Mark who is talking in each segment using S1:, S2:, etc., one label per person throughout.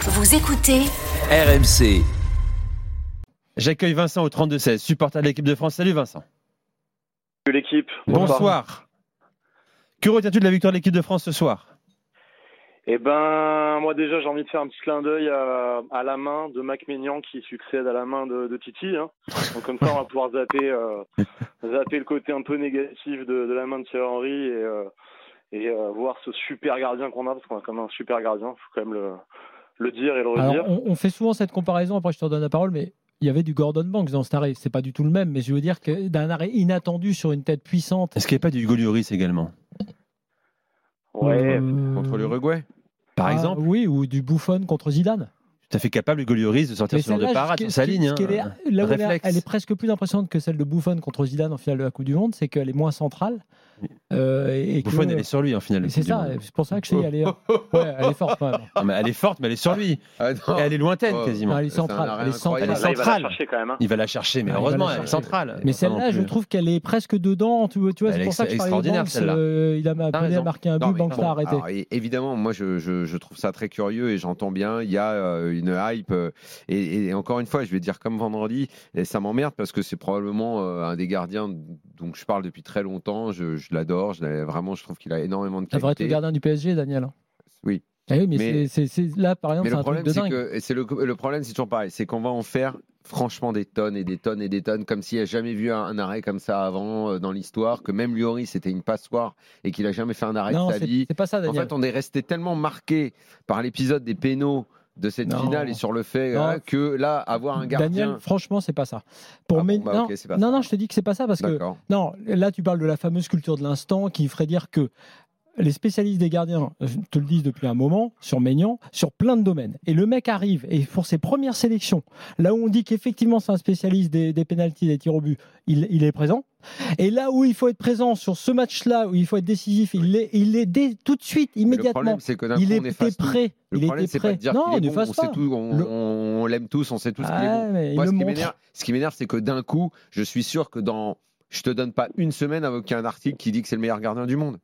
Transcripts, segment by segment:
S1: Vous écoutez
S2: RMC.
S3: J'accueille Vincent au 32-16, supporter de l'équipe de France. Salut Vincent.
S4: de l'équipe.
S3: Bonsoir. Que retiens-tu de la victoire de l'équipe de France ce soir
S4: Eh ben, moi déjà, j'ai envie de faire un petit clin d'œil à, à la main de Mac Maignan qui succède à la main de, de Titi. hein. Donc comme ça, on va pouvoir zapper, euh, zapper le côté un peu négatif de, de la main de Thierry Henry et, euh, et euh, voir ce super gardien qu'on a, parce qu'on a quand même un super gardien, faut quand même le, le dire et le redire.
S5: Alors, on, on fait souvent cette comparaison, après je te redonne la parole, mais il y avait du Gordon Banks dans cet arrêt. C'est pas du tout le même, mais je veux dire que d'un arrêt inattendu sur une tête puissante.
S3: Est-ce qu'il n'y a pas du Hugo Lloris également
S4: Ouais,
S5: euh,
S6: Contre l'Uruguay
S3: Eh, Par
S5: ah,
S3: exemple,
S5: Oui, ou du Buffon contre Zidane.
S3: tout à fait capable Hugo Lloris de sortir ce genre de
S5: celle-là,
S3: parade,
S5: ce qui-
S3: sa
S5: ce qui-
S3: ligne.
S5: ce qui est-
S3: hein.
S5: là où elle, est,
S3: Réflexe.
S5: elle est presque plus impressionnante que celle de Buffon contre Zidane en finale de la Coupe du Monde, c'est qu'elle est moins centrale. euh, et et que-
S3: Buffon, elle est sur lui hein, en finale. de
S5: c'est
S3: Coupe du
S5: ça,
S3: Monde.
S5: c'est pour ça que je sais, elle est, ouais, elle est forte quand même.
S3: Non, mais elle est forte, mais elle est sur lui.
S6: Ah, non.
S3: Et elle est lointaine
S6: Oh.
S3: quasiment.
S5: Elle est
S6: C'est un
S5: centrale,
S6: arrêt
S5: elle est centrale.
S4: Bah, Là, il va la
S6: incroyable.
S3: centrale.
S4: chercher quand même. hein.
S3: Il va la chercher, mais
S5: Ah, il va
S3: heureusement,
S5: la
S3: elle est
S5: chercher.
S3: centrale.
S5: Mais
S3: Pas non
S5: celle-là, je
S3: plus.
S5: trouve qu'elle est presque dedans. Tu, vois- tu vois,
S6: Bah,
S3: Elle est
S5: c'est pour ça que je
S3: ex-
S5: parlais de
S3: extraordinaire,
S5: Banks,
S3: celle-là.
S5: euh, il m'a appelé
S6: raison.
S5: à marquer un
S6: Non,
S5: but,
S6: mais
S5: Banks
S6: bon,
S5: l'a arrêté.
S6: alors, é- évidemment, moi je, je- je trouve ça très curieux et j'entends bien, il y a euh, une hype. euh, et, et encore une fois, je vais dire comme vendredi, et ça m'emmerde parce que c'est probablement euh, un des gardiens dont je parle depuis très longtemps. Je, je l'adore, je l'ai- vraiment, je trouve qu'il a énormément de
S5: Ça devrait être le
S6: qualité.
S5: gardien du PSG, Daniel.
S6: Oui.
S5: Ah oui, mais,
S6: Mais-
S5: c'est- c'est- c'est- là, par exemple,
S6: Mais
S5: c'est
S6: le
S5: un truc
S6: problème,
S5: de
S6: c'est
S5: dingue.
S6: que et c'est le, le problème, c'est toujours pareil, c'est qu'on va en faire franchement des tonnes et des tonnes et des tonnes, comme s'il n'y a jamais vu un, un arrêt comme ça avant euh, dans l'histoire, que même Lloris c'était une passoire et qu'il a jamais fait un arrêt
S5: Non,
S6: de sa
S5: c'est
S6: vie.
S5: c'est pas ça,
S6: En
S5: Daniel.
S6: fait, on est resté tellement marqué par l'épisode des pénaux de cette
S5: Non.
S6: finale et sur le fait
S5: Non.
S6: hein, que là, avoir un gardien.
S5: Daniel, franchement, c'est pas ça. Pour
S6: Ah bon,
S5: Maign-
S6: bah
S5: non,
S6: ok, c'est pas
S5: non,
S6: ça.
S5: non, je te dis que c'est pas ça parce que
S6: D'accord.
S5: non. Là, tu parles de la fameuse culture de l'instant qui ferait dire que les spécialistes des gardiens je te le disent depuis un moment sur Maignan, sur plein de domaines. Et le mec arrive et pour ses premières sélections, là où on dit qu'effectivement c'est un spécialiste des, des pénalties, des tirs au but, il, il est présent. Et là où il faut être présent sur ce match-là, où il faut être décisif, il l'est, il l'est dès- tout de suite,
S6: Mais le
S5: immédiatement.
S6: problème, c'est que d'un coup,
S5: il
S6: on
S5: était
S6: efface tout.
S5: prêt.
S6: Le
S5: il
S6: problème,
S5: était
S6: c'est pas
S5: prêt.
S6: de dire
S5: non,
S6: qu'il est
S5: ne
S6: bon,
S5: fasse
S6: on sait
S5: pas.
S6: tout, on,
S5: Le-
S6: on- on l'aime tous, on sait tous qu'il est bon.
S5: Ah, mais il
S6: Moi,
S5: le
S6: ce qui
S5: montre.
S6: m'énerve- ce qui m'énerve, c'est que d'un coup, je suis sûr que dans. Je te donne pas une semaine avec un article qui dit que c'est le meilleur gardien du monde.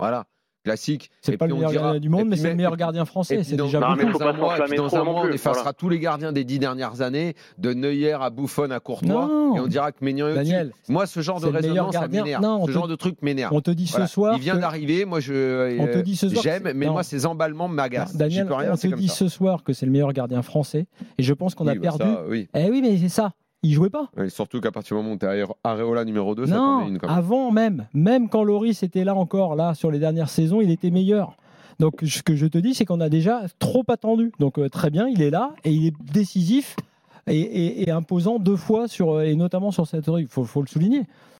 S6: Voilà, classique.
S5: C'est
S6: Et
S5: pas
S6: puis
S5: le
S6: on
S5: meilleur
S6: dira-
S5: gardien du
S6: et
S5: monde, mais
S6: puis
S5: c'est le
S6: même-
S5: meilleur gardien
S6: Et
S5: français.
S6: puis
S5: C'est
S6: dans,
S5: déjà
S6: non,
S4: mais
S5: beaucoup.
S4: faut
S6: dans
S4: pas
S6: un mois, et puis
S4: s'enflammer
S6: dans
S4: trop
S6: un
S4: non
S6: mois, on
S4: plus,
S6: effacera
S4: voilà.
S6: tous les gardiens des dix dernières années, de Neuer à Bouffon à Courtois,
S5: Non.
S6: et on dira que Maignan est au-dessus.
S5: Daniel,
S6: Moi, ce genre
S5: C'est
S6: de
S5: le meilleur
S6: raisonnement, ça
S5: gardien.
S6: m'énerve.
S5: Non, on
S6: Ce
S5: te-
S6: genre de truc m'énerve.
S5: on te dit
S6: Voilà.
S5: ce soir.
S6: il vient
S5: que-
S6: d'arriver, moi je
S5: On te
S6: euh,
S5: dit ce soir que
S6: j'aime,
S5: c'est-
S6: mais
S5: non.
S6: moi ces emballements m'agacent.
S5: Non,
S6: hein. J'y
S5: Daniel,
S6: peux rien,
S5: on
S6: c'est
S5: te
S6: comme
S5: dit
S6: ça.
S5: ce soir que c'est le meilleur gardien français, et je pense qu'on a
S6: Oui, bah,
S5: perdu.
S6: ça, oui.
S5: Eh oui, mais c'est ça. Il jouait pas.
S6: Et surtout qu'à partir du moment où t'es Are- Areola numéro 2, ça t'en met
S5: non, Ah,
S6: une quand même.
S5: avant même, même quand Loris était là encore, là sur les dernières saisons, il était meilleur. Donc ce que je te dis, c'est qu'on a déjà trop attendu. Donc euh, très bien, il est là et il est décisif et, et- et imposant deux fois sur euh, et notamment sur cette rue. Il faut, faut le souligner.